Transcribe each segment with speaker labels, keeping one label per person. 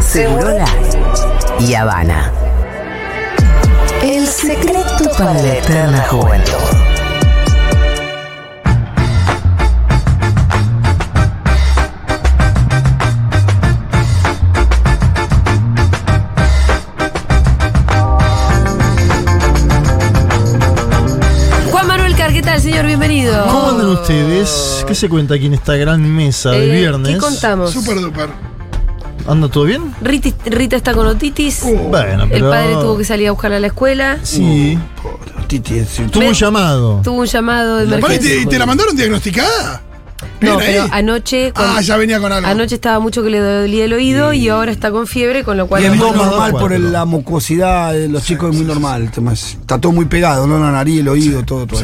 Speaker 1: Segurola y Habana. El secreto para la eterna juventud.
Speaker 2: Juan Manuel Carqueta, el señor, bienvenido.
Speaker 3: ¿Cómo andan ustedes? ¿Qué se cuenta aquí en esta gran mesa de
Speaker 2: Eh,
Speaker 3: viernes?
Speaker 2: ¿Qué contamos?
Speaker 4: Super duper.
Speaker 3: ¿Anda todo bien?
Speaker 2: Riti- Rita está con otitis.
Speaker 4: Oh.
Speaker 3: Bueno,
Speaker 2: El
Speaker 3: pero.
Speaker 2: padre tuvo que salir a buscarla a la escuela.
Speaker 3: Sí.
Speaker 4: Pobre, Titi, es-
Speaker 3: Tuvo un llamado.
Speaker 2: Tuvo un llamado de
Speaker 4: Pará, ¿y
Speaker 2: emergencia.
Speaker 4: ¿Te, te la mandaron diagnosticada? Bien
Speaker 2: No, pero
Speaker 4: ahí.
Speaker 2: anoche. cuando-
Speaker 4: Ah, ya venía con algo.
Speaker 2: Anoche estaba mucho que le dolía el oído y ahora está con fiebre, con lo cual.
Speaker 5: Y es
Speaker 3: Bueno,
Speaker 5: muy
Speaker 3: dos más
Speaker 5: normal
Speaker 3: dos,
Speaker 5: por el-
Speaker 3: cuatro.
Speaker 5: la mucosidad de los chicos, es muy normal. el tema es- Está todo muy pegado, ¿no? La nariz, el oído, todo, todo.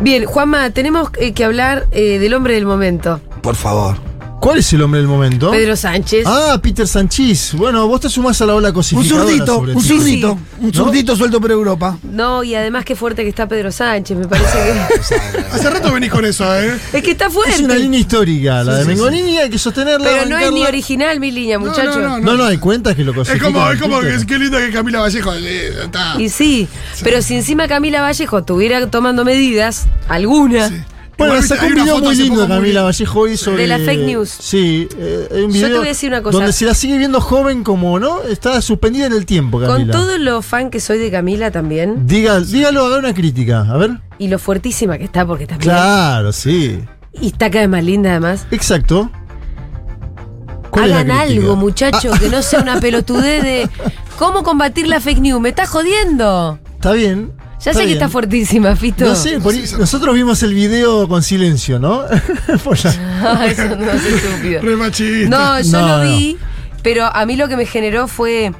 Speaker 2: Bien, Juanma, tenemos eh, que hablar eh, del hombre del momento,
Speaker 5: Por favor.
Speaker 3: ¿Cuál es el hombre del momento?
Speaker 2: Pedro Sánchez.
Speaker 3: Ah, Peter Sanchís. Bueno, vos te sumás a la ola
Speaker 5: Un
Speaker 3: cosificadora.
Speaker 5: zurdito,
Speaker 3: sobre
Speaker 5: un
Speaker 3: ti.
Speaker 5: zurdito,
Speaker 3: ¿No?
Speaker 5: un zurdito suelto por Europa.
Speaker 2: No, y además qué fuerte que está Pedro Sánchez, me parece que.
Speaker 4: Hace rato venís con eso, ¿eh?
Speaker 2: es que está fuerte.
Speaker 3: Es una línea histórica, la de Mengolini, hay que sostenerla.
Speaker 2: Pero no es ni
Speaker 3: bancarla.
Speaker 2: original mi línea,
Speaker 4: no,
Speaker 2: muchacho.
Speaker 4: no,
Speaker 3: No, no, hay cuentas que lo
Speaker 4: Es
Speaker 3: cosifican.
Speaker 4: como, es como que
Speaker 3: Peter.
Speaker 4: qué linda que Camila Vallejo. eh, está.
Speaker 2: Y sí, pero si encima Camila Vallejo estuviera tomando medidas, alguna,
Speaker 4: Sí.
Speaker 3: Bueno,
Speaker 4: Igual, viste,
Speaker 3: sacó
Speaker 4: hay
Speaker 3: un
Speaker 4: una
Speaker 3: video
Speaker 4: foto
Speaker 3: muy
Speaker 4: hace
Speaker 3: lindo
Speaker 4: poco muy
Speaker 3: Camila
Speaker 4: linda.
Speaker 3: Vallejo hoy sobre...
Speaker 2: De la fake news.
Speaker 3: Sí, eh, hay un
Speaker 2: Yo te
Speaker 3: video
Speaker 2: voy a decir una cosa.
Speaker 3: Donde se la sigue viendo joven como, ¿no? Está suspendida en el tiempo,
Speaker 2: con
Speaker 3: Camila.
Speaker 2: todo lo fan que soy de Camila también,
Speaker 3: Diga, dígalo, haga una crítica, a ver.
Speaker 2: y lo fuertísima que está, porque también.
Speaker 3: Claro, sí.
Speaker 2: Y está cada vez más linda además.
Speaker 3: Exacto. ¿Cuál es la crítica?
Speaker 2: Hagan
Speaker 3: Ah.
Speaker 2: algo, muchachos, que no sea una pelotudez de. ¿Cómo combatir la fake news? ¿Me estás jodiendo?
Speaker 3: Está bien.
Speaker 2: Ya sé que
Speaker 3: bien.
Speaker 2: está fuertísima, Fito.
Speaker 3: No sé, por ahí- nosotros vimos el video con silencio, ¿no? Por la-
Speaker 2: Ah, eso no es estúpido.
Speaker 4: Re machista.
Speaker 2: No, yo
Speaker 3: No,
Speaker 2: lo
Speaker 3: no.
Speaker 2: vi, pero a mí lo que me generó fue.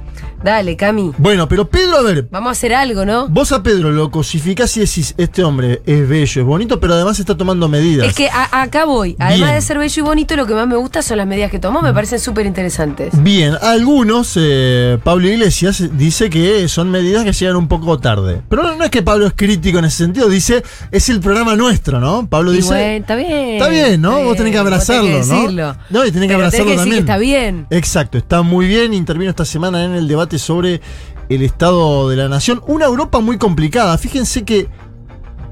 Speaker 2: Dale, Cami,
Speaker 3: Bueno, pero Pedro, a ver,
Speaker 2: vamos a hacer algo, ¿no?
Speaker 3: vos a Pedro lo cosificás y decís, este hombre es bello, es bonito, pero además está tomando medidas.
Speaker 2: Es que a- acá voy. Además
Speaker 3: Bien. Mm.
Speaker 2: de ser bello y bonito, lo que más me gusta son las medidas que tomó. Me parecen súper interesantes.
Speaker 3: Bien, algunos, eh, Pablo Iglesias dice que son medidas que llegan un poco tarde. Pero no, no es que Pablo es crítico en ese sentido, dice, es el programa nuestro, ¿no? Pablo
Speaker 2: Y
Speaker 3: dice...
Speaker 2: bueno, está bien.
Speaker 3: Está bien, ¿no? Vos tenés que abrazarlo,
Speaker 2: vos tenés que
Speaker 3: ¿no?
Speaker 2: decirlo.
Speaker 3: No, y tenés que
Speaker 2: Pero
Speaker 3: abrazarlo también.
Speaker 2: tenés que decir que está bien.
Speaker 3: Exacto, está muy bien. Intervino esta semana en el debate sobre el estado de la nación. Una Europa muy complicada. Fíjense que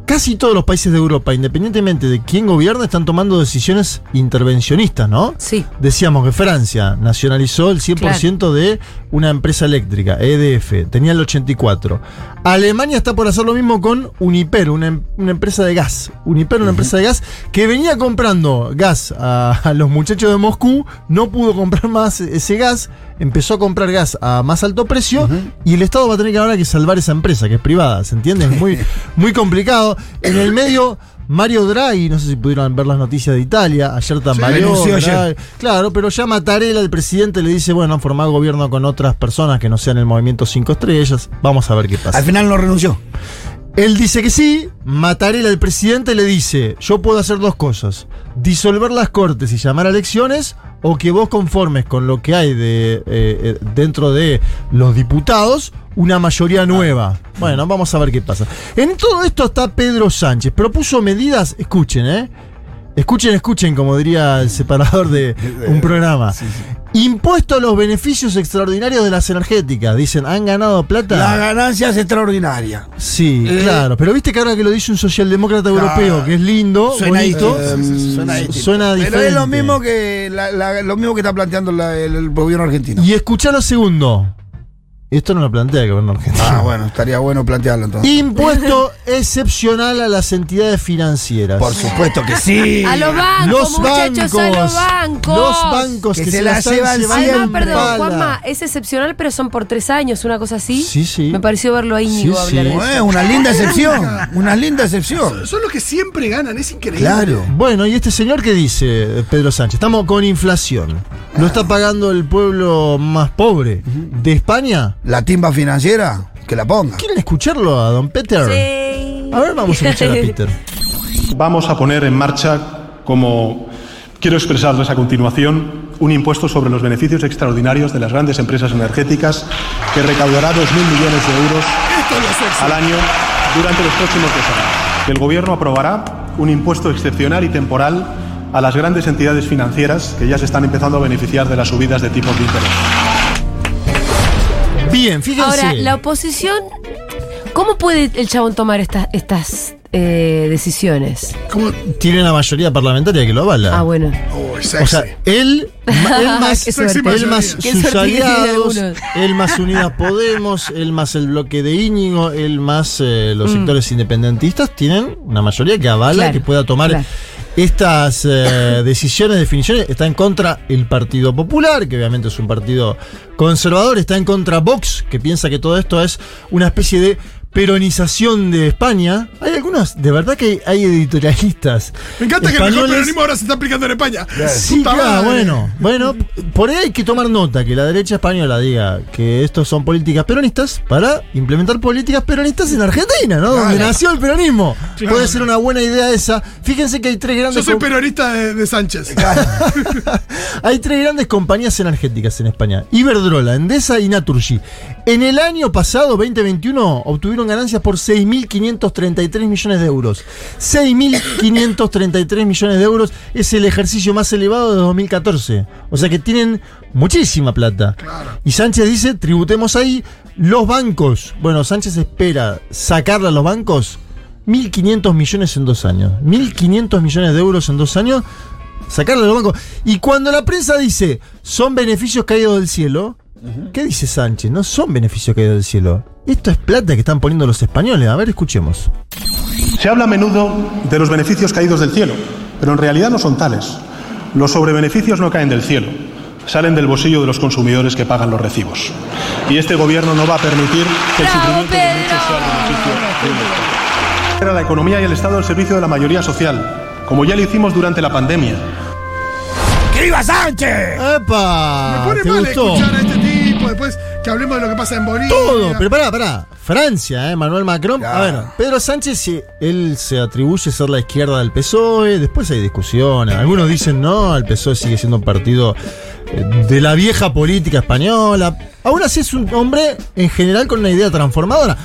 Speaker 3: casi todos los países de Europa, independientemente de quién gobierna, están tomando decisiones intervencionistas, ¿no?
Speaker 2: Sí.
Speaker 3: Decíamos que Francia nacionalizó el 100% de una empresa eléctrica, EDF, tenía el 84. Alemania está por hacer lo mismo con Uniper, una, em- una empresa de gas. Uniper, una empresa de gas que venía comprando gas a, a los muchachos de Moscú, no pudo comprar más ese gas, empezó a comprar gas a más alto precio y el Estado va a tener que ahora que salvar esa empresa, que es privada, ¿se entiende? Es muy, muy complicado. En el medio... Mario Draghi, no sé si pudieron ver las noticias de Italia, ayer tambaleó.
Speaker 5: renunció ayer.
Speaker 3: Draghi. Claro, pero ya Mattarella, el presidente, le dice, bueno, formar gobierno con otras personas que no sean el movimiento 5 estrellas, vamos a ver qué
Speaker 5: Al
Speaker 3: pasa.
Speaker 5: final no renunció.
Speaker 3: Él dice que sí, Mattarella, el presidente, le dice, yo puedo hacer dos cosas, disolver las cortes y llamar a elecciones, o que vos conformes con lo que hay de, eh, eh, dentro de los diputados una mayoría nueva. Bueno, vamos a ver qué pasa. En todo esto está Pedro Sánchez, propuso medidas, escuchen, ¿eh? Escuchen, escuchen, como diría el separador de un programa. Impuesto a los beneficios extraordinarios de las energéticas. Dicen, ¿han ganado plata?
Speaker 5: La ganancia es extraordinaria.
Speaker 3: Sí,
Speaker 5: Eh.
Speaker 3: claro. Pero viste que ahora que lo dice un socialdemócrata europeo, que es lindo, bonito,
Speaker 5: eh, suena
Speaker 3: su-
Speaker 5: distinto.
Speaker 3: suena
Speaker 5: Pero es
Speaker 3: diferente.
Speaker 5: lo mismo que, la- la- lo mismo que está planteando la- el, el gobierno argentino.
Speaker 3: Y escuchá lo segundo. Esto no lo plantea el gobierno argentino.
Speaker 5: Ah, bueno, estaría bueno plantearlo entonces.
Speaker 3: Impuesto excepcional a las entidades financieras.
Speaker 5: Por supuesto que sí.
Speaker 2: A los bancos,
Speaker 3: Eh, los
Speaker 2: muchachos,
Speaker 3: bancos,
Speaker 2: a los bancos.
Speaker 3: los bancos que,
Speaker 5: Que se
Speaker 3: la
Speaker 5: la llevan
Speaker 2: Además,
Speaker 5: Siempre.
Speaker 2: perdón, Juanma, es excepcional, pero son por tres años, una cosa así.
Speaker 3: Sí, sí.
Speaker 2: Me pareció verlo ahí,
Speaker 3: Sí,
Speaker 2: Íñigo,
Speaker 3: sí.
Speaker 2: hablar de eso.
Speaker 5: Eh, una linda excepción. Una linda excepción.
Speaker 4: Son los que siempre ganan, es increíble.
Speaker 5: Claro.
Speaker 3: Bueno, ¿y este señor qué dice, eh, Pedro Sánchez? Estamos con inflación. ¿Lo está pagando el pueblo más pobre de España?
Speaker 5: La timba financiera, que la ponga.
Speaker 3: ¿Quieren escucharlo a don Peter?
Speaker 2: Sí.
Speaker 3: A ver, vamos a escuchar a Peter.
Speaker 6: Vamos a poner en marcha, como quiero expresarles a continuación, un impuesto sobre los beneficios extraordinarios de las grandes empresas energéticas que recaudará 2.000 millones de euros al año durante los próximos dos años. El Gobierno aprobará un impuesto excepcional y temporal a las grandes entidades financieras que ya se están empezando a beneficiar de las subidas de tipos de interés.
Speaker 3: Bien, fíjense.
Speaker 2: Ahora, la oposición, ¿cómo puede el chabón tomar estas estas eh, decisiones?
Speaker 4: ¿Cómo?
Speaker 3: Tiene la mayoría parlamentaria que lo avala.
Speaker 2: Ah, bueno.
Speaker 4: Oh, es
Speaker 3: O
Speaker 4: sexy.
Speaker 3: sea, él, ma- él más,
Speaker 2: Qué suerte.
Speaker 3: él más
Speaker 2: Qué
Speaker 3: sus
Speaker 2: suerte que tiene
Speaker 3: aliados,
Speaker 2: algunos.
Speaker 3: él más Unidas Podemos, él más el bloque de Íñigo, él más eh, los sectores independentistas tienen una mayoría que avala
Speaker 2: Mm. Claro,
Speaker 3: que pueda tomar
Speaker 2: claro.
Speaker 3: estas eh, decisiones, definiciones. Está en contra el Partido Popular, que obviamente es un partido conservador. Está en contra Vox, que piensa que todo esto es una especie de peronización de España. Hay algunos, de verdad que hay, hay editorialistas.
Speaker 4: Me encanta que el mejor
Speaker 3: españoles
Speaker 4: peronismo ahora se está aplicando en España.
Speaker 3: Sí,
Speaker 4: Puta
Speaker 3: claro,
Speaker 4: madre.
Speaker 3: bueno, bueno, por ahí hay que tomar nota que la derecha española diga que estos son políticas peronistas para implementar políticas peronistas en Argentina, ¿no? Donde
Speaker 4: Claro.
Speaker 3: nació el peronismo.
Speaker 4: Claro.
Speaker 3: Puede ser una buena idea esa. Fíjense que hay tres
Speaker 4: Yo
Speaker 3: grandes
Speaker 4: soy
Speaker 3: com-
Speaker 4: peronista de, de Sánchez.
Speaker 3: hay tres grandes compañías energéticas en España: Iberdrola, Endesa y Naturgy. En el año pasado, 2021, obtuvieron ganancias por 6.533 millones de euros. 6.533 millones de euros es el ejercicio más elevado de 2014. O sea que tienen muchísima plata. Y Sánchez dice: tributemos ahí los bancos. Bueno, Sánchez espera sacarle a los bancos 1.500 millones en dos años. 1.500 millones de euros en dos años sacarlo del banco. Y cuando la prensa dice, son beneficios caídos del cielo, ¿qué dice Sánchez? No son beneficios caídos del cielo. Esto es plata que están poniendo los españoles. A ver, escuchemos.
Speaker 6: Se habla a menudo de los beneficios caídos del cielo, pero en realidad no son tales. Los sobrebeneficios no caen del cielo, salen del bolsillo de los consumidores que pagan los recibos. Y este gobierno no va a permitir que el
Speaker 2: ¡Bravo,
Speaker 6: sufrimiento de
Speaker 2: Pedro!
Speaker 6: muchos sea beneficio de unos pocos. Poner a la economía y el Estado al servicio de la mayoría social, como ya lo hicimos durante la pandemia.
Speaker 5: ¡Que viva Sánchez!
Speaker 3: ¡Epa!
Speaker 4: Me pone
Speaker 3: Ah, ¿Te
Speaker 4: mal
Speaker 3: gustó?
Speaker 4: escuchar a este tipo. Después que hablemos de lo que pasa en Bolivia.
Speaker 3: Todo, pero pará, pará. Francia, ¿eh? Manuel Macron. A
Speaker 5: Claro.
Speaker 3: ver, Pedro Sánchez, sí, él se atribuye ser la izquierda del PSOE. E. Después hay discusiones. Algunos dicen no, el PSOE E sigue siendo un partido eh, de la vieja política española. Ahora sí es un hombre en general con una idea transformadora.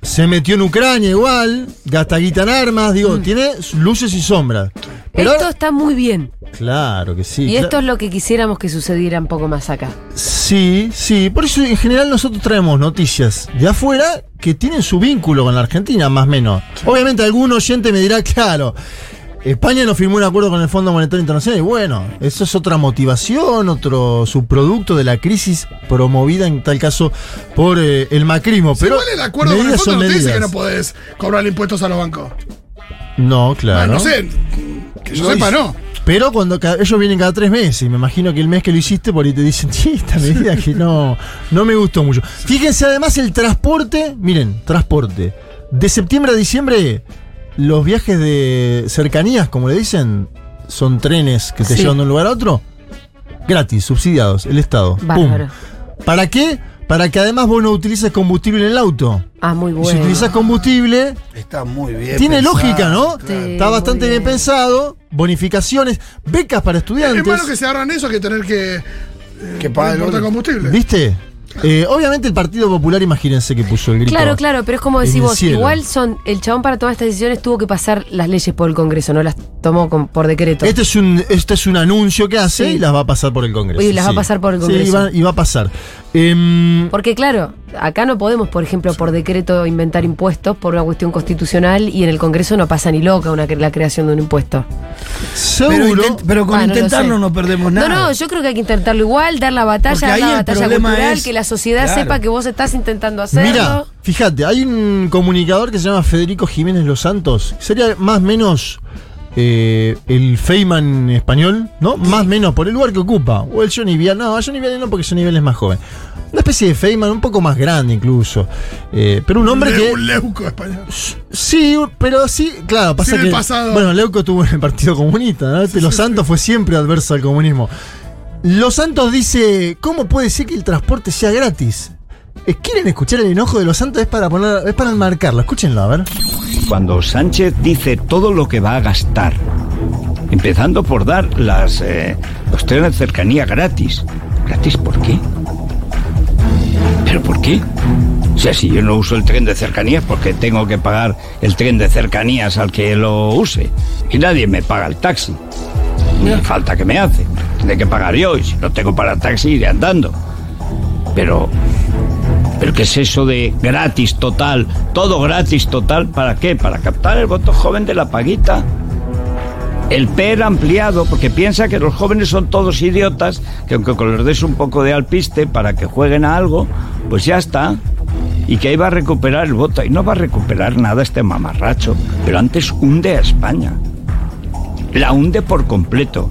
Speaker 3: Se metió en Ucrania igual, gasta guita en armas, digo, tiene luces y sombras. Pero
Speaker 2: Mm. esto
Speaker 3: ahora-
Speaker 2: está muy bien.
Speaker 3: claro que sí.
Speaker 2: Y
Speaker 3: cla-
Speaker 2: esto es lo que quisiéramos que sucediera un poco más acá.
Speaker 3: Sí, sí. Por eso en general nosotros traemos noticias de afuera que tienen su vínculo con la Argentina, más o menos. Obviamente algún oyente me dirá, claro, España no firmó un acuerdo con el Fondo Monetario Internacional y bueno, eso es otra motivación, otro subproducto de la crisis promovida en tal caso por eh, el macrismo.
Speaker 4: Pero
Speaker 3: Pero
Speaker 4: igual el acuerdo con el
Speaker 3: medidas
Speaker 4: fondo
Speaker 3: son
Speaker 4: no te dice que no
Speaker 3: medidas.
Speaker 4: podés cobrar impuestos a los bancos.
Speaker 3: No,
Speaker 4: Ah,
Speaker 3: claro.
Speaker 4: no sé. Que yo
Speaker 3: No
Speaker 4: sepa,
Speaker 3: dice.
Speaker 4: no.
Speaker 3: Pero cuando ca- ellos vienen cada tres meses, y me imagino que el mes que lo hiciste por ahí te dicen, sí, esta medida que no, no me gustó mucho. Fíjense además el transporte, miren, transporte. De septiembre a diciembre, los viajes de cercanías, como le dicen, son trenes que te
Speaker 2: Sí.
Speaker 3: llevan de un lugar a otro, gratis, subsidiados, el Estado. Pum.
Speaker 2: Bárbaro.
Speaker 3: ¿Para qué? Para que además vos no utilices combustible en el auto.
Speaker 2: Ah, muy
Speaker 3: Si
Speaker 2: bueno.
Speaker 3: utilizas combustible,
Speaker 5: Está muy bien.
Speaker 3: tiene
Speaker 5: pensado.
Speaker 3: lógica, ¿no?
Speaker 2: Sí,
Speaker 3: Está bastante
Speaker 2: muy
Speaker 3: bien.
Speaker 2: bien.
Speaker 3: pensado. Bonificaciones, becas para estudiantes.
Speaker 4: Es malo que se ahorran eso que tener que
Speaker 5: Que
Speaker 3: Ah,
Speaker 5: paga el
Speaker 4: importar
Speaker 5: otro.
Speaker 4: combustible.
Speaker 3: ¿Viste? Eh, obviamente el Partido Popular, imagínense que puso el grito.
Speaker 2: Claro, claro, pero es como
Speaker 3: en
Speaker 2: decís
Speaker 3: el
Speaker 2: vos,
Speaker 3: cielo.
Speaker 2: igual son, el chabón para tomar estas decisiones tuvo que pasar las leyes por el Congreso, no las tomó con- por decreto.
Speaker 3: Este es, un, este es un anuncio que hace
Speaker 2: Sí.
Speaker 3: y las va a pasar por el Congreso.
Speaker 2: Y las va a
Speaker 3: sí.
Speaker 2: pasar por el
Speaker 3: Sí,
Speaker 2: Congreso.
Speaker 3: y va, y va a pasar. Em,
Speaker 2: Porque claro, acá no podemos, por ejemplo, por decreto inventar impuestos por una cuestión constitucional y en el Congreso no pasa ni loca una, cre- la creación de un impuesto.
Speaker 5: Pero,
Speaker 3: seguro.
Speaker 5: intent- pero con
Speaker 2: Ah, no lo
Speaker 5: intentarlo
Speaker 2: sé.
Speaker 5: no perdemos nada.
Speaker 2: No, no, yo creo que hay que intentarlo igual, dar la
Speaker 5: Porque
Speaker 2: batalla, dar
Speaker 5: ahí
Speaker 2: la
Speaker 5: el
Speaker 2: batalla
Speaker 5: problema
Speaker 2: cultural,
Speaker 5: es-
Speaker 2: que la sociedad
Speaker 5: Claro.
Speaker 2: sepa que vos estás intentando hacerlo.
Speaker 3: Mira, fíjate, hay un comunicador que se llama Federico Jiménez Los Santos. Sería más o menos eh, el Feynman español, ¿no? Más o menos por el lugar que ocupa. O el Johnny Vial. No, Johnny Vial no, porque Johnny Vial es más joven. Una especie de Feynman, un poco más grande incluso. Eh, pero un hombre
Speaker 4: Le-
Speaker 3: que.
Speaker 4: Un leuco español.
Speaker 3: Sí, pero sí, claro, pasa
Speaker 4: Sí, en
Speaker 3: que.
Speaker 4: el pasado.
Speaker 3: Bueno, Leuco estuvo en el Partido Comunista, ¿no? Los Santos fue siempre adverso al comunismo. Los Santos dice: ¿Cómo puede ser que el transporte sea gratis? Eh, ¿Quieren escuchar el enojo de los Santos? Es para poner, es para enmarcarlo. Escúchenlo, a ver.
Speaker 7: cuando Sánchez dice todo lo que va a gastar, empezando por dar las, eh, los trenes de cercanía gratis. ¿Gratis por qué? ¿Pero por qué? O sea, si yo no uso el tren de cercanías, porque tengo que pagar el tren de cercanías al que lo use. Y nadie me paga el taxi. Ni falta que me hace. Tendré que pagar yo y si no tengo para taxi iré andando. Pero ¿Pero qué es eso de gratis total? Todo gratis total, ¿para qué? ¿Para captar el voto joven de la paguita? El PER ampliado, porque piensa que los jóvenes son todos idiotas, que aunque les des un poco de alpiste para que jueguen a algo, pues ya está. Y que ahí va a recuperar el voto. Y no va a recuperar nada este mamarracho. Pero antes hunde a España. La hunde por completo.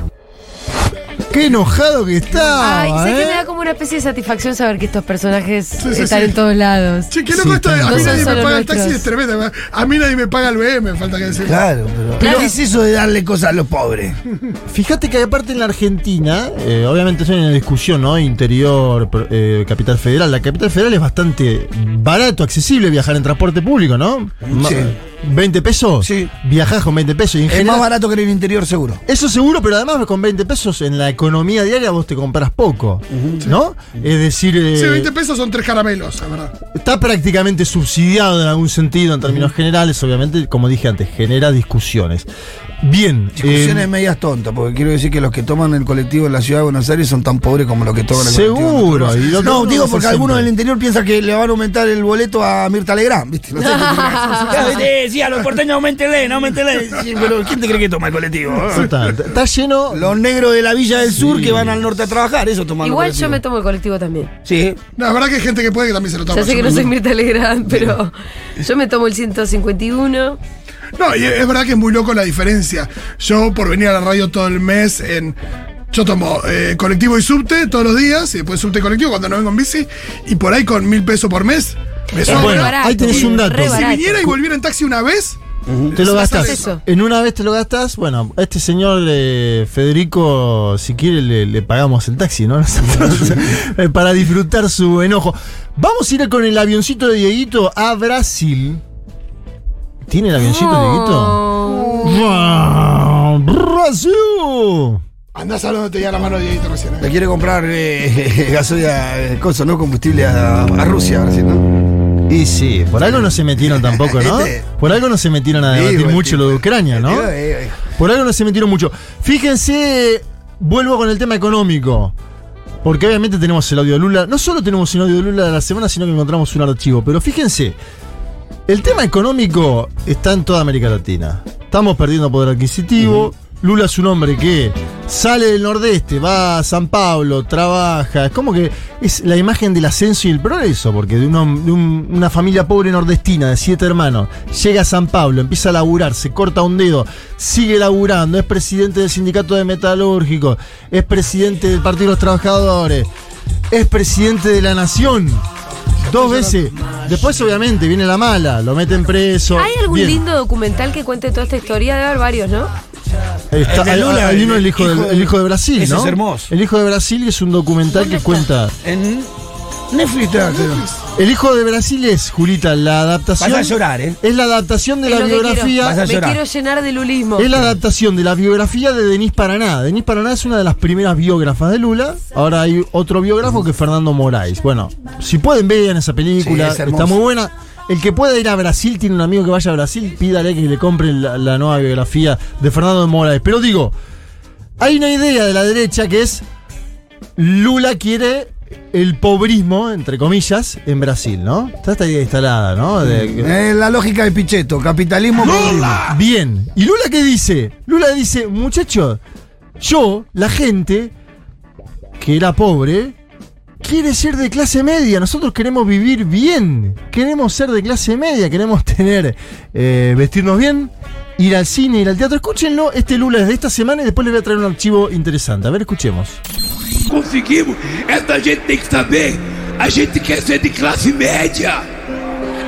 Speaker 3: Qué enojado que está.
Speaker 2: Ay, sé
Speaker 3: ¿eh?
Speaker 2: que me da como una especie de satisfacción saber que estos personajes
Speaker 4: sí,
Speaker 2: están
Speaker 4: sí.
Speaker 2: en todos lados.
Speaker 4: Che, qué
Speaker 3: Sí,
Speaker 4: loco esto de, a
Speaker 3: claro.
Speaker 4: mí
Speaker 3: No
Speaker 4: nadie
Speaker 2: son
Speaker 4: me
Speaker 2: solo
Speaker 4: paga el
Speaker 2: nuestros.
Speaker 4: taxi, es tremendo. A mí nadie me paga el BM, falta que decir.
Speaker 5: Claro, pero.
Speaker 2: Pero-
Speaker 5: ¿Qué es eso de darle cosas a los pobres?
Speaker 3: Fíjate que aparte en la Argentina, eh, obviamente es una discusión, ¿no? Interior, pro- eh, capital federal. La capital federal es bastante barato, accesible viajar en transporte público, ¿no? Ma-
Speaker 5: Sí.
Speaker 3: ¿20 pesos?
Speaker 5: Sí.
Speaker 3: Viajás con 20 pesos. Y en
Speaker 5: Es
Speaker 3: general-
Speaker 5: más barato que en el interior, seguro.
Speaker 3: Eso seguro, pero además con 20 pesos en la economía diaria vos te compras poco, ¿no? Es decir, eh,
Speaker 4: Sí, 20 pesos son tres caramelos, la verdad.
Speaker 3: está prácticamente subsidiado en algún sentido en términos generales, obviamente, como dije antes, genera discusiones. Bien.
Speaker 5: Discusiones
Speaker 3: eh,
Speaker 5: medias tontas, porque quiero decir que los que toman el colectivo en la ciudad de Buenos Aires son tan pobres como los que toman el colectivo. en
Speaker 3: Seguro,
Speaker 5: otro
Speaker 3: y
Speaker 5: lado.
Speaker 3: lo que
Speaker 5: No,
Speaker 3: uno
Speaker 5: digo
Speaker 3: hace
Speaker 5: porque algunos
Speaker 3: siempre.
Speaker 5: del interior piensan que le van a aumentar el boleto a Mirta Legrand, ¿viste? No sé qué tiene que ver. Sí, sí, a los porteños aumentele, no aumentele. Sí, pero ¿quién te cree que toma el colectivo?
Speaker 3: está, está lleno.
Speaker 5: Los negros de la Villa del Sur que van al norte a trabajar, eso toman el
Speaker 2: Igual yo me
Speaker 5: colectivo.
Speaker 2: tomo el colectivo también.
Speaker 5: Sí.
Speaker 4: No, la verdad que hay gente que puede que también se lo toma.
Speaker 2: Ya sé
Speaker 4: yo
Speaker 2: que no
Speaker 4: me-
Speaker 2: soy Mirta Legrand, pero yo me tomo el 151.
Speaker 4: No, y es verdad que es muy loco la diferencia. Yo, por venir a la radio todo el mes, en. Yo tomo eh, colectivo y subte todos los días, y después subte y colectivo cuando no vengo en bici, y por ahí con mil pesos por mes, me sobra.
Speaker 3: bueno,
Speaker 2: barato,
Speaker 3: ahí tenés un dato.
Speaker 2: re
Speaker 4: si
Speaker 2: barato.
Speaker 4: viniera y volviera en taxi una vez,
Speaker 3: Te lo
Speaker 4: Se
Speaker 3: gastas.
Speaker 4: hace
Speaker 2: eso.
Speaker 3: En una vez te lo gastas. Bueno, a este señor eh, Federico, si quiere, le, le pagamos el taxi, ¿no? Nosotros, eh, para disfrutar su enojo. Vamos a ir con el avioncito de Dieguito a Brasil. ¿Tiene el avioncito
Speaker 2: Oh.
Speaker 3: de Dieguito? ¡Brasil!
Speaker 4: andás a donde te llega la mano de Dieguito recién.
Speaker 5: Le
Speaker 4: eh.
Speaker 5: quiere comprar eh, gasolina, eh, cosa, ¿no? Combustible a, a Rusia, ahora sí, ¿no?
Speaker 3: Y sí, por algo no se metieron tampoco, ¿no?
Speaker 5: Este-
Speaker 3: Por algo no se metieron
Speaker 5: Sí,
Speaker 3: a
Speaker 5: este-
Speaker 3: debatir
Speaker 5: bueno,
Speaker 3: mucho
Speaker 5: sí.
Speaker 3: lo de Ucrania, ¿no?
Speaker 5: Eh, eh,
Speaker 3: Por algo no se metieron mucho. Fíjense, vuelvo con el tema económico. Porque obviamente tenemos el audio de Lula. No solo tenemos el audio de Lula de la semana, sino que encontramos un archivo. Pero fíjense, el tema económico está en toda América Latina. Estamos perdiendo poder adquisitivo. Lula es un hombre que sale del nordeste, va a San Pablo, trabaja. Es como que es la imagen del ascenso y el progreso, porque de, un hom- de un- una familia pobre nordestina de siete hermanos llega a San Pablo, empieza a laburar, se corta un dedo, sigue laburando, es presidente del sindicato de metalúrgicos, es presidente del Partido de los Trabajadores, es presidente de la Nación. Dos veces. Después, obviamente, viene la mala, lo meten preso.
Speaker 2: ¿Hay algún
Speaker 3: Bien.
Speaker 2: lindo documental que cuente toda esta historia? Debe haber varios, ¿no?
Speaker 3: Está-
Speaker 5: El de
Speaker 3: hay-
Speaker 5: Lula,
Speaker 3: hay uno, el
Speaker 5: el
Speaker 3: hijo,
Speaker 5: hijo
Speaker 3: del-
Speaker 5: de-
Speaker 3: el hijo de Brasil,
Speaker 5: ese
Speaker 3: ¿no?
Speaker 5: es hermoso.
Speaker 3: El hijo de Brasil es un documental que cuenta.
Speaker 5: En Netflix, está, creo.
Speaker 3: El hijo de Brasil es, Julita, la adaptación.
Speaker 5: Vas a llorar, ¿eh?
Speaker 3: Es la adaptación de
Speaker 2: Es
Speaker 3: la
Speaker 2: lo que quiero.
Speaker 3: biografía.
Speaker 5: Vas a
Speaker 2: Me
Speaker 5: llorar.
Speaker 2: quiero llenar de lulismo.
Speaker 3: Es la adaptación de la biografía de Denis Paraná. Denis Paraná es una de las primeras biógrafas de Lula. Ahora hay otro biógrafo que es Fernando Moraes. Bueno, si pueden, vean esa película.
Speaker 5: Sí, es hermoso.
Speaker 3: está muy buena. El que pueda ir a Brasil, tiene un amigo que vaya a Brasil, pídale que le compre la, la nueva biografía de Fernando Moraes. Pero digo, hay una idea de la derecha que es Lula quiere el pobrismo, entre comillas, en Brasil, ¿no? Está esta idea instalada, ¿no? De-
Speaker 5: Eh, la lógica de Pichetto, capitalismo. comunismo.
Speaker 3: Bien. ¿Y Lula qué dice? Lula dice, muchachos, yo, la gente, que era pobre, quiere ser de clase media. Nosotros queremos vivir bien. Queremos ser de clase media. Queremos tener, eh, vestirnos bien, ir al cine, ir al teatro. Escúchenlo, este Lula es de esta semana y después les voy a traer un archivo interesante. A ver, escuchemos.
Speaker 8: conseguimos. Essa gente tem que saber. A gente quer ser de classe média.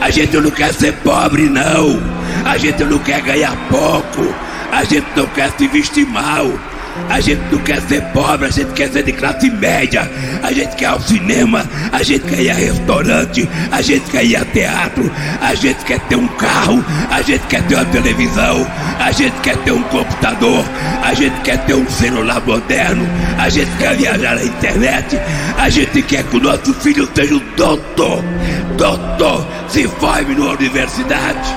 Speaker 8: A gente não quer ser pobre, não. A gente não quer ganhar pouco. A gente não quer se vestir mal. A gente não quer ser pobre, a gente quer ser de classe média. A gente quer ir ao cinema, a gente quer ir a restaurante, a gente quer ir a teatro, a gente quer ter um carro, a gente quer ter uma televisão, a gente quer ter um computador, a gente quer ter um celular moderno, a gente quer viajar na internet, a gente quer que o nosso filho seja um doutor. Doutor, se forme na universidade.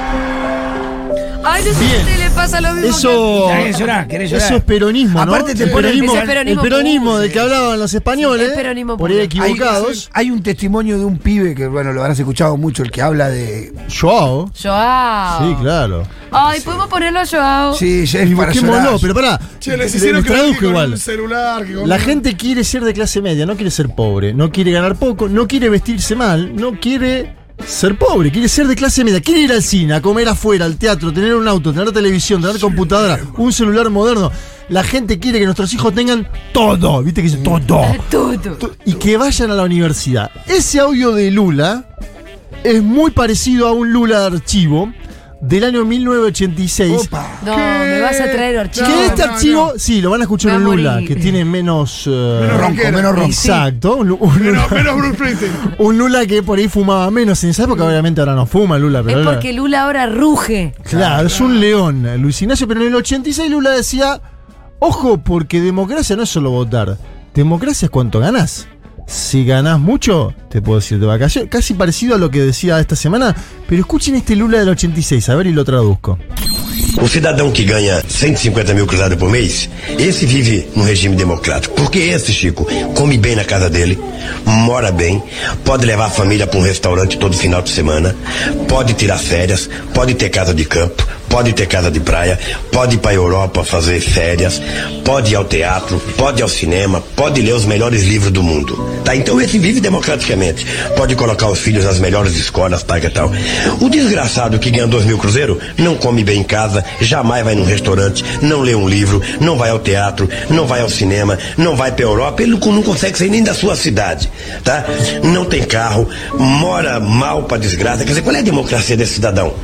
Speaker 2: Ay, no sé si a usted le pasa lo mismo.
Speaker 3: Eso,
Speaker 5: ¿Querés llorar? ¿Querés llorar?
Speaker 3: eso es peronismo, ¿no?
Speaker 5: Aparte te
Speaker 3: el
Speaker 5: ponen-
Speaker 3: peronismo,
Speaker 2: es el peronismo
Speaker 3: el peronismo
Speaker 2: puro.
Speaker 3: del que hablaban los españoles,
Speaker 2: Sí, es peronismo
Speaker 3: por ahí
Speaker 2: puro.
Speaker 3: equivocados.
Speaker 5: Hay un testimonio de un pibe que, bueno, lo habrás escuchado mucho, el que habla de.
Speaker 3: Joao.
Speaker 2: Joao.
Speaker 3: Sí, claro.
Speaker 2: Ay, podemos ponerlo a Joao.
Speaker 3: Oh.
Speaker 5: Sí, es para llorar.
Speaker 3: Busquémoslo, pero pará.
Speaker 4: Che, les
Speaker 3: Le-
Speaker 4: hicieron
Speaker 3: le
Speaker 4: que
Speaker 3: traduzco
Speaker 4: con
Speaker 3: igual.
Speaker 4: un celular. que con
Speaker 3: La
Speaker 4: un-
Speaker 3: gente quiere ser de clase media, no quiere ser pobre, no quiere ganar poco, no quiere vestirse mal, no quiere ser pobre, quiere ser de clase media, quiere ir al cine, a comer afuera, al teatro, tener un auto, tener televisión, tener computadora, un celular moderno. La gente quiere que nuestros hijos tengan todo, viste que dice todo.
Speaker 2: Tutu.
Speaker 3: To- Y que vayan a la universidad. Ese audio de Lula es muy parecido a un Lula de archivo del año 1986.
Speaker 5: Opa.
Speaker 2: No,
Speaker 4: ¿Qué?
Speaker 2: me vas a traer
Speaker 3: Que
Speaker 2: archivo.
Speaker 4: No,
Speaker 3: este
Speaker 4: no,
Speaker 3: archivo, sí, lo van a escuchar
Speaker 2: Me
Speaker 3: en
Speaker 2: va a
Speaker 3: Lula,
Speaker 2: morir.
Speaker 3: que tiene menos. eh,
Speaker 4: Menos
Speaker 5: Ronco, menos ronco.
Speaker 3: Exacto. Un, Lu- un Lula,
Speaker 4: Menos, menos Bruce Springsteen.
Speaker 3: un Lula que por ahí fumaba menos en esa época, obviamente ahora no fuma Lula, pero.
Speaker 2: Es
Speaker 3: era-
Speaker 2: porque Lula ahora ruge.
Speaker 3: Claro, es un león, eh, Luis Ignacio, pero en el 86 Lula decía: Ojo, porque democracia no es solo votar, democracia es cuánto ganás. Si ganás mucho, te puedo decir de vacaciones. Casi parecido a lo que decía esta semana, pero escuchen este Lula del 86, a ver y lo traduzco.
Speaker 9: O cidadão que ganha 150 mil cruzados por mês, esse vive num regime democrático. Porque esse, Chico, come bem na casa dele, mora bem, pode levar a família para um restaurante todo final de semana, pode tirar férias, pode ter casa de campo, pode ter casa de praia, pode ir para Europa fazer férias, pode ir ao teatro, pode ir ao cinema, pode ler os melhores livros do mundo. Tá? Então esse vive democraticamente. Pode colocar os filhos nas melhores escolas, paga tal. O desgraçado que ganha dois mil cruzeiro não come bem em casa, jamais vai num restaurante, não lê um livro, não vai ao teatro, não vai ao cinema, não vai pra Europa, ele não consegue sair nem da sua cidade, tá? Não tem carro, mora mal pra desgraça. Quer dizer, qual é a democracia desse cidadão?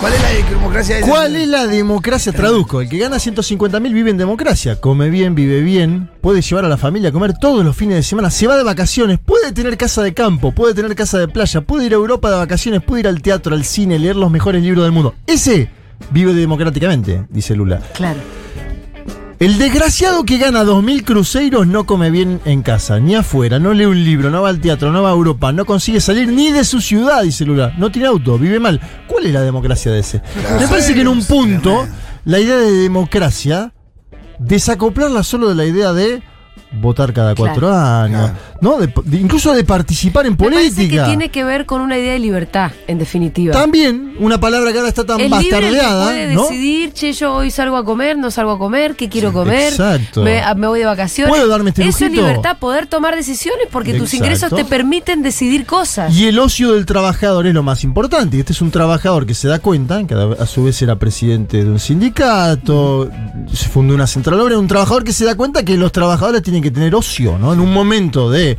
Speaker 5: ¿Cuál es la democracia de ese-
Speaker 3: ¿Cuál es la democracia? Traduzco, el que gana 150 mil vive en democracia, come bien, vive bien, puede llevar a la familia a comer todos los fines de semana, se va de vacaciones, puede tener casa de campo, puede tener casa de playa, puede ir a Europa de vacaciones, puede ir al teatro, al cine, leer los mejores libros del mundo. Ese vive democráticamente, dice Lula.
Speaker 2: Claro.
Speaker 3: El desgraciado que gana 2.000 cruceiros no come bien en casa, ni afuera, no lee un libro, no va al teatro, no va a Europa, no consigue salir ni de su ciudad, dice Lula. No tiene auto, vive mal. ¿Cuál es la democracia de ese? Me parece que en un punto la idea de democracia, desacoplarla solo de la idea de votar cada cuatro años, ¿no? De- de- incluso de participar en
Speaker 2: Me parece
Speaker 3: política.
Speaker 2: que tiene que ver con una idea de libertad, en definitiva.
Speaker 3: También, una palabra que ahora está tan
Speaker 2: el libre el que
Speaker 3: bastardeada,
Speaker 2: puede
Speaker 3: ¿no?
Speaker 2: decidir, che, yo hoy salgo a comer, no salgo a comer, qué quiero comer,
Speaker 3: exacto.
Speaker 2: Me, a- me voy de vacaciones.
Speaker 3: ¿Puedo darme este
Speaker 2: Eso es
Speaker 3: lujito?
Speaker 2: libertad, poder tomar decisiones porque tus
Speaker 3: Exacto.
Speaker 2: ingresos te permiten decidir cosas.
Speaker 3: Y el ocio del trabajador es lo más importante. Este es un trabajador que se da cuenta, que a su vez era presidente de un sindicato, se fundó una central obrera, un trabajador que se da cuenta que los trabajadores tienen que tener ocio, ¿no? En un momento de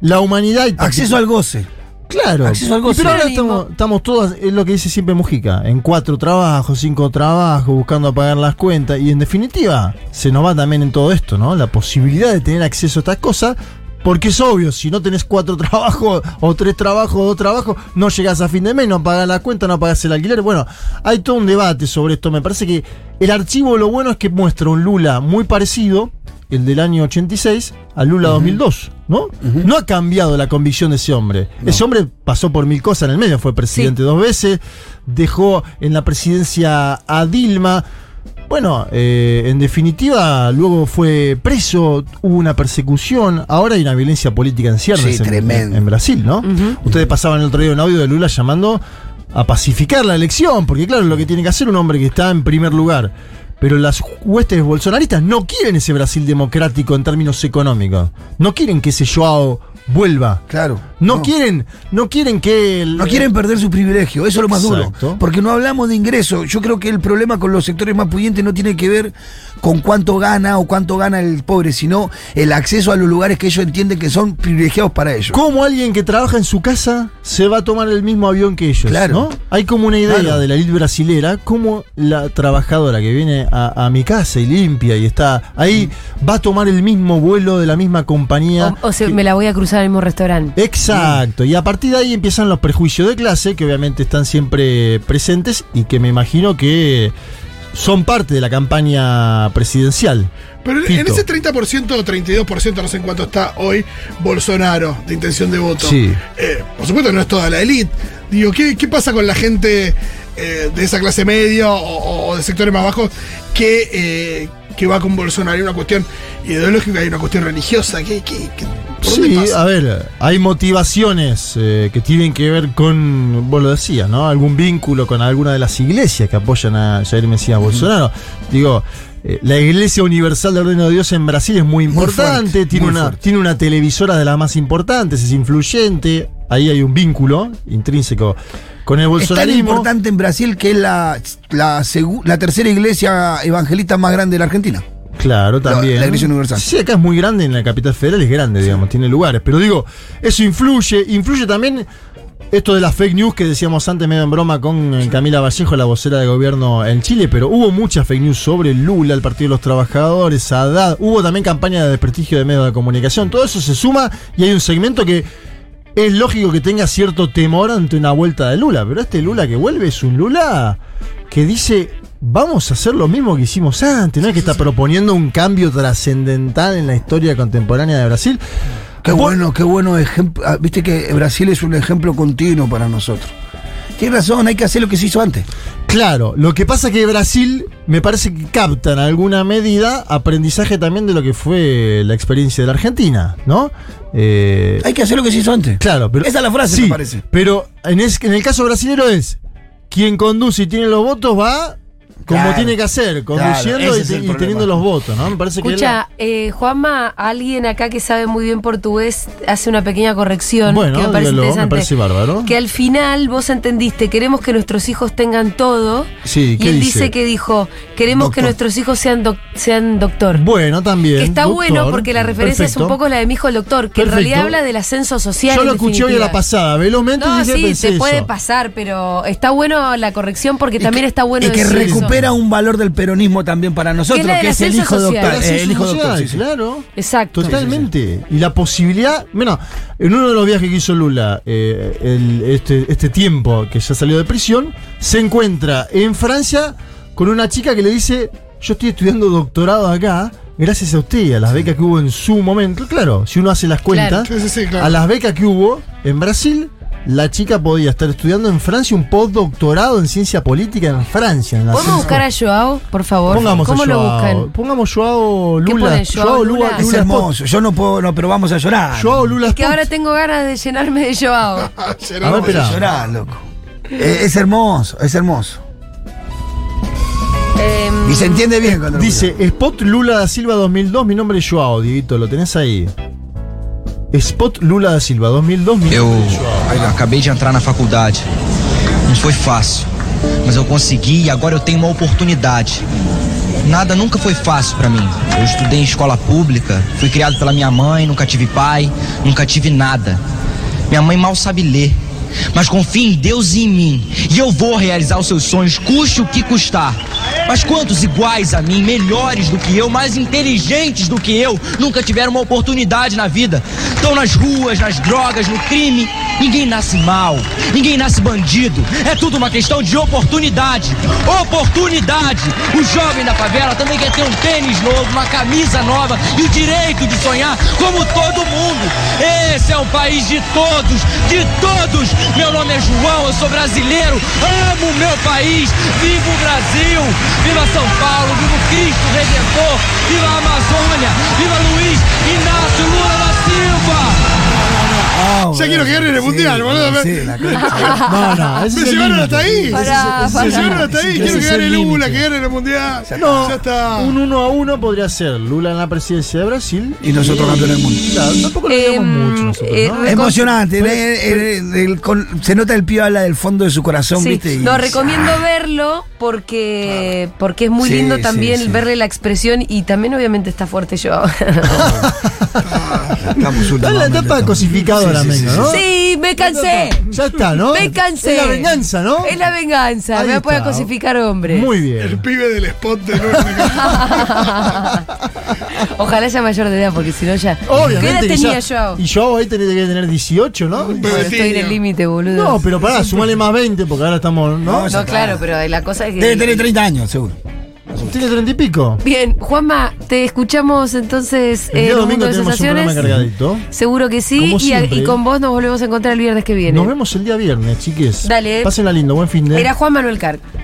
Speaker 3: la humanidad y
Speaker 5: Acceso al goce.
Speaker 3: Claro.
Speaker 5: acceso al goce.
Speaker 3: Y Pero ahora
Speaker 2: Peronismo.
Speaker 3: estamos, estamos todos, es lo que dice siempre Mujica, en cuatro trabajos, cinco trabajos, buscando pagar las cuentas. Y en definitiva, se nos va también en todo esto, ¿no? La posibilidad de tener acceso a estas cosas. Porque es obvio, si no tenés cuatro trabajos, o tres trabajos, o dos trabajos, no llegás a fin de mes, no pagás la cuenta, no pagás el alquiler. Bueno, hay todo un debate sobre esto. Me parece que el archivo lo bueno es que muestra un Lula muy parecido, el del año 86 al Lula 2002, ¿no? No ha cambiado la convicción de ese hombre. Ese hombre pasó por mil cosas en el medio, fue presidente dos veces, dejó en la presidencia a Dilma. Bueno, eh, en definitiva, luego fue preso, hubo una persecución, ahora hay una violencia política en ciernes
Speaker 5: Sí,
Speaker 3: en- en,
Speaker 5: tremendo.
Speaker 3: Brasil, ¿no? Ustedes pasaban el otro día un audio de Lula llamando a pacificar la elección, porque claro, lo que tiene que hacer un hombre que está en primer lugar. Pero las huestes bolsonaristas no quieren ese Brasil democrático en términos económicos. No quieren que ese Joao vuelva.
Speaker 5: Claro.
Speaker 3: No, quieren, no quieren que el-
Speaker 5: No quieren perder su privilegio, eso es lo más
Speaker 3: Exacto.
Speaker 5: duro. Porque no hablamos de ingreso. Yo creo que el problema con los sectores más pudientes no tiene que ver con cuánto gana o cuánto gana el pobre, sino el acceso a los lugares que ellos entienden que son privilegiados para ellos.
Speaker 3: ¿Cómo alguien que trabaja en su casa se va a tomar el mismo avión que ellos?
Speaker 5: Claro.
Speaker 3: ¿no? Hay como una idea
Speaker 5: Claro.
Speaker 3: de la elite brasilera, como la trabajadora que viene a, a mi casa y limpia y está ahí,
Speaker 5: Mm.
Speaker 3: va a tomar el mismo vuelo de la misma compañía.
Speaker 2: O, o sea, me la voy a cruzar al mismo restaurante.
Speaker 3: Exacto, y a partir de ahí empiezan los prejuicios de clase, que obviamente están siempre presentes y que me imagino que son parte de la campaña presidencial.
Speaker 4: Pero en- en
Speaker 3: Fito.
Speaker 4: ese 30% o 32%, no sé en cuánto está hoy Bolsonaro de intención de voto.
Speaker 3: Sí.
Speaker 4: Eh, por supuesto que no es toda la élite. Digo, ¿qué, qué pasa con la gente eh, de esa clase media o, o de sectores más bajos que, eh, que va con Bolsonaro. Hay una cuestión ideológica, hay una cuestión religiosa. ¿Qué, qué- qué- por dónde
Speaker 3: Sí,
Speaker 4: pasa?
Speaker 3: a ver, hay motivaciones eh, que tienen que ver con, vos lo decías, ¿no? Algún vínculo con alguna de las iglesias que apoyan a Jair Mesías Bolsonaro. Digo, eh, la Iglesia Universal del Reino de Dios en Brasil es muy importante,
Speaker 5: fuerte,
Speaker 3: tiene,
Speaker 5: muy
Speaker 3: una,
Speaker 5: fuerte.
Speaker 3: tiene una televisora de las más importantes, es influyente, ahí hay un vínculo intrínseco con el
Speaker 5: Es tan
Speaker 3: bolsonarismo.
Speaker 5: importante en Brasil que es la, la, segu- la tercera iglesia evangelista más grande de la Argentina.
Speaker 3: Claro, también.
Speaker 5: la Iglesia Universal.
Speaker 3: Sí, acá es muy grande, en la capital federal es grande, digamos, tiene lugares. Pero digo, eso influye, influye también esto de las fake news que decíamos antes, medio en broma, con eh, Camila Vallejo, la vocera de gobierno en Chile, pero hubo muchas fake news sobre Lula, el Partido de los Trabajadores, Haddad, hubo también campaña de desprestigio de medios de comunicación, todo eso se suma y hay un segmento que es lógico que tenga cierto temor ante una vuelta de Lula, pero este Lula que vuelve es un Lula que dice, vamos a hacer lo mismo que hicimos antes, no es que está proponiendo un cambio trascendental en la historia contemporánea de Brasil.
Speaker 5: Qué bueno, qué bueno ejemplo. Ah, Viste que Brasil es un ejemplo continuo para nosotros. Tienes razón, hay que hacer lo que se hizo antes.
Speaker 3: Claro, lo que pasa es que Brasil me parece que capta en alguna medida aprendizaje también de lo que fue la experiencia de la Argentina, ¿no? Eh,
Speaker 5: Hay que hacer lo que se hizo antes.
Speaker 3: Claro, pero.
Speaker 5: Esa es la frase,
Speaker 3: sí,
Speaker 5: me parece.
Speaker 3: Pero en, es- en el caso brasilero es. Quien conduce y tiene los votos va como
Speaker 5: Claro.
Speaker 3: tiene que hacer,
Speaker 5: Claro,
Speaker 3: conduciendo
Speaker 5: ese
Speaker 3: y,
Speaker 5: es
Speaker 3: te-
Speaker 5: el
Speaker 3: y
Speaker 5: problema.
Speaker 3: teniendo los votos, ¿no? Me parece que. es la-
Speaker 2: Escucha, eh, Juanma, alguien acá que sabe muy bien portugués hace una pequeña corrección
Speaker 3: Bueno,
Speaker 2: que me parece
Speaker 3: dígalo, me
Speaker 2: interesante.
Speaker 3: parece bárbaro.
Speaker 2: Que al final vos entendiste, queremos que nuestros hijos tengan todo.
Speaker 3: Sí,
Speaker 2: y
Speaker 3: ¿qué
Speaker 2: él
Speaker 3: dice?
Speaker 2: dice? que dijo, queremos que
Speaker 3: Doctor.
Speaker 2: nuestros hijos sean, doc- sean doctor.
Speaker 3: Bueno, también.
Speaker 2: Que está
Speaker 3: doctor.
Speaker 2: bueno porque la referencia es un
Speaker 3: Perfecto.
Speaker 2: poco la de mi hijo el doctor, que
Speaker 3: Perfecto.
Speaker 2: en realidad habla del ascenso social.
Speaker 3: Yo lo
Speaker 2: en
Speaker 3: escuché hoy a la
Speaker 2: definitiva.
Speaker 3: pasada, velozmente y
Speaker 2: No,
Speaker 3: dije,
Speaker 2: sí,
Speaker 3: pensé
Speaker 2: te puede
Speaker 3: eso.
Speaker 2: pasar, pero está bueno la corrección porque también
Speaker 5: que-
Speaker 2: está bueno
Speaker 5: Y que
Speaker 2: decir eso.
Speaker 5: recupera un valor del peronismo también para nosotros,
Speaker 2: Que es la
Speaker 5: que es
Speaker 2: del
Speaker 5: el
Speaker 2: ascenso
Speaker 5: hijo
Speaker 2: social.
Speaker 5: doctor. eh,
Speaker 3: Gracias
Speaker 5: el hijo doctor,
Speaker 3: social,
Speaker 5: sí, sí.
Speaker 3: claro.
Speaker 2: Exacto.
Speaker 3: Totalmente. Y la posibilidad, bueno, en uno de los viajes que hizo Lula, eh, el- este, este tiempo que ya salió de prisión, se encuentra en Francia con una chica que le dice, yo estoy estudiando doctorado acá, gracias a usted y a las becas que hubo en su momento. Claro, si uno hace las cuentas,
Speaker 4: Sí, sí, sí, claro.
Speaker 3: a las becas que hubo en Brasil, la chica podía estar estudiando en Francia un postdoctorado en ciencia política en Francia. En la
Speaker 2: ¿Podemos
Speaker 3: ciencia-
Speaker 2: buscar a Joao, por favor?
Speaker 3: Pongamos
Speaker 2: ¿Cómo
Speaker 3: a
Speaker 2: lo
Speaker 3: Joao.
Speaker 2: buscan?
Speaker 3: Pongamos Joao
Speaker 2: ¿Qué
Speaker 3: Lula.
Speaker 2: ponen? Joao Lula.
Speaker 5: Es
Speaker 3: Spot.
Speaker 5: hermoso. Yo no puedo, no, pero vamos a llorar.
Speaker 3: Joao Lula.
Speaker 2: Que ahora tengo ganas de llenarme de Joao.
Speaker 3: A ver,
Speaker 5: Vamos a
Speaker 3: espera.
Speaker 5: llorar, loco. Eh, es hermoso, es hermoso.
Speaker 2: Em,
Speaker 5: Y se entiende bien cuando lo
Speaker 3: Dice, Spot Lula da Silva 2002, mi nombre es Joao, Dieguito, lo tenés ahí. Spot Lula da Silva 2002, mi
Speaker 10: Eu
Speaker 3: nombre es Joao.
Speaker 10: acabei de entrar na faculdade. Não foi fácil, mas eu consegui e agora eu tenho uma oportunidade. Nada nunca foi fácil pra mim. Eu estudei em escola pública, fui criado pela minha mãe, nunca tive pai, nunca tive nada. Minha mãe mal sabe ler, mas confia em Deus e em mim. E eu vou realizar os seus sonhos, custe o que custar. Mas quantos iguais a mim, melhores do que eu, mais inteligentes do que eu, nunca tiveram uma oportunidade na vida? Estão nas ruas, nas drogas, no crime. Ninguém nasce mal, ninguém nasce bandido. É tudo uma questão de oportunidade. Oportunidade! O jovem da favela também quer ter um tênis novo, uma camisa nova e o direito de sonhar como todo mundo. Esse é o país de todos, de todos. Meu nome é João, eu sou brasileiro, amo o meu país. Viva o Brasil! Viva São Paulo, viva o Cristo Redentor, viva a Amazônia, viva Luiz Inácio Lula da Silva!
Speaker 4: Ya quiero que gane en el mundial, boludo. Me-
Speaker 5: Sí, la concha.
Speaker 3: No, no, ese
Speaker 4: Me
Speaker 3: es el
Speaker 4: llevaron
Speaker 3: límite.
Speaker 4: hasta ahí.
Speaker 2: Pará,
Speaker 4: Me
Speaker 2: pará.
Speaker 4: llevaron hasta ahí.
Speaker 3: Ese
Speaker 4: Quiero
Speaker 3: es
Speaker 4: que
Speaker 3: el
Speaker 4: gane Lula,
Speaker 3: límite.
Speaker 4: que gane en el mundial.
Speaker 3: No,
Speaker 4: Ya está.
Speaker 3: Un 1 a 1 podría ser Lula en la presidencia de Brasil.
Speaker 5: Y nosotros campeones del mundo.
Speaker 3: Claro, tampoco lo digamos
Speaker 2: Em,
Speaker 3: mucho nosotros,
Speaker 2: eh,
Speaker 3: ¿no?
Speaker 2: recom-
Speaker 5: Emocionante. eh, eh, eh, el con- se nota el pibe habla del fondo de su corazón,
Speaker 2: Sí,
Speaker 5: ¿viste? Y-
Speaker 2: no, recomiendo
Speaker 3: Ah.
Speaker 2: verlo porque, porque es muy
Speaker 5: Sí,
Speaker 2: lindo
Speaker 5: sí,
Speaker 2: también
Speaker 5: sí.
Speaker 2: verle la expresión y también obviamente está fuerte Joao.
Speaker 5: Estamos
Speaker 3: Está en la
Speaker 5: últimamente,
Speaker 3: etapa
Speaker 5: estamos.
Speaker 3: cosificadora,
Speaker 5: Sí, sí, sí,
Speaker 3: Mengo,
Speaker 5: sí,
Speaker 3: ¿no?
Speaker 2: sí, me cansé.
Speaker 3: Ya está, ¿no?
Speaker 2: Me cansé.
Speaker 3: Es la venganza, ¿no?
Speaker 2: Es la venganza.
Speaker 3: Ahí
Speaker 2: me voy a
Speaker 3: está.
Speaker 2: cosificar hombres.
Speaker 3: Muy
Speaker 4: El
Speaker 3: bien.
Speaker 4: pibe del spot de Lula.
Speaker 2: Ojalá sea mayor de edad, porque si no ya. ¿Qué edad
Speaker 3: Obviamente. que
Speaker 2: tenía
Speaker 3: ya-
Speaker 2: Joao?
Speaker 3: Y Joao ahí tenía que tener 18, ¿no?
Speaker 2: Bueno, estoy en el límite, boludo.
Speaker 3: No, pero pará, sumale más 20 porque ahora estamos, ¿no?
Speaker 2: No, claro, pero la cosa es que.
Speaker 5: Debe tener 30 años, seguro.
Speaker 3: Tiene treinta y pico.
Speaker 2: Bien, Juanma, te escuchamos entonces
Speaker 3: El día
Speaker 2: eh, en un
Speaker 3: domingo
Speaker 2: mundo de
Speaker 3: tenemos un programa
Speaker 2: sensaciones.
Speaker 3: cargadito.
Speaker 2: Seguro que sí.
Speaker 3: Como
Speaker 2: Y, a-
Speaker 3: siempre.
Speaker 2: y con vos nos volvemos a encontrar el viernes que viene.
Speaker 3: Nos vemos el día viernes, chiques.
Speaker 2: Dale.
Speaker 3: Pásenla lindo, buen fin de
Speaker 2: Era Juan Manuel Carr.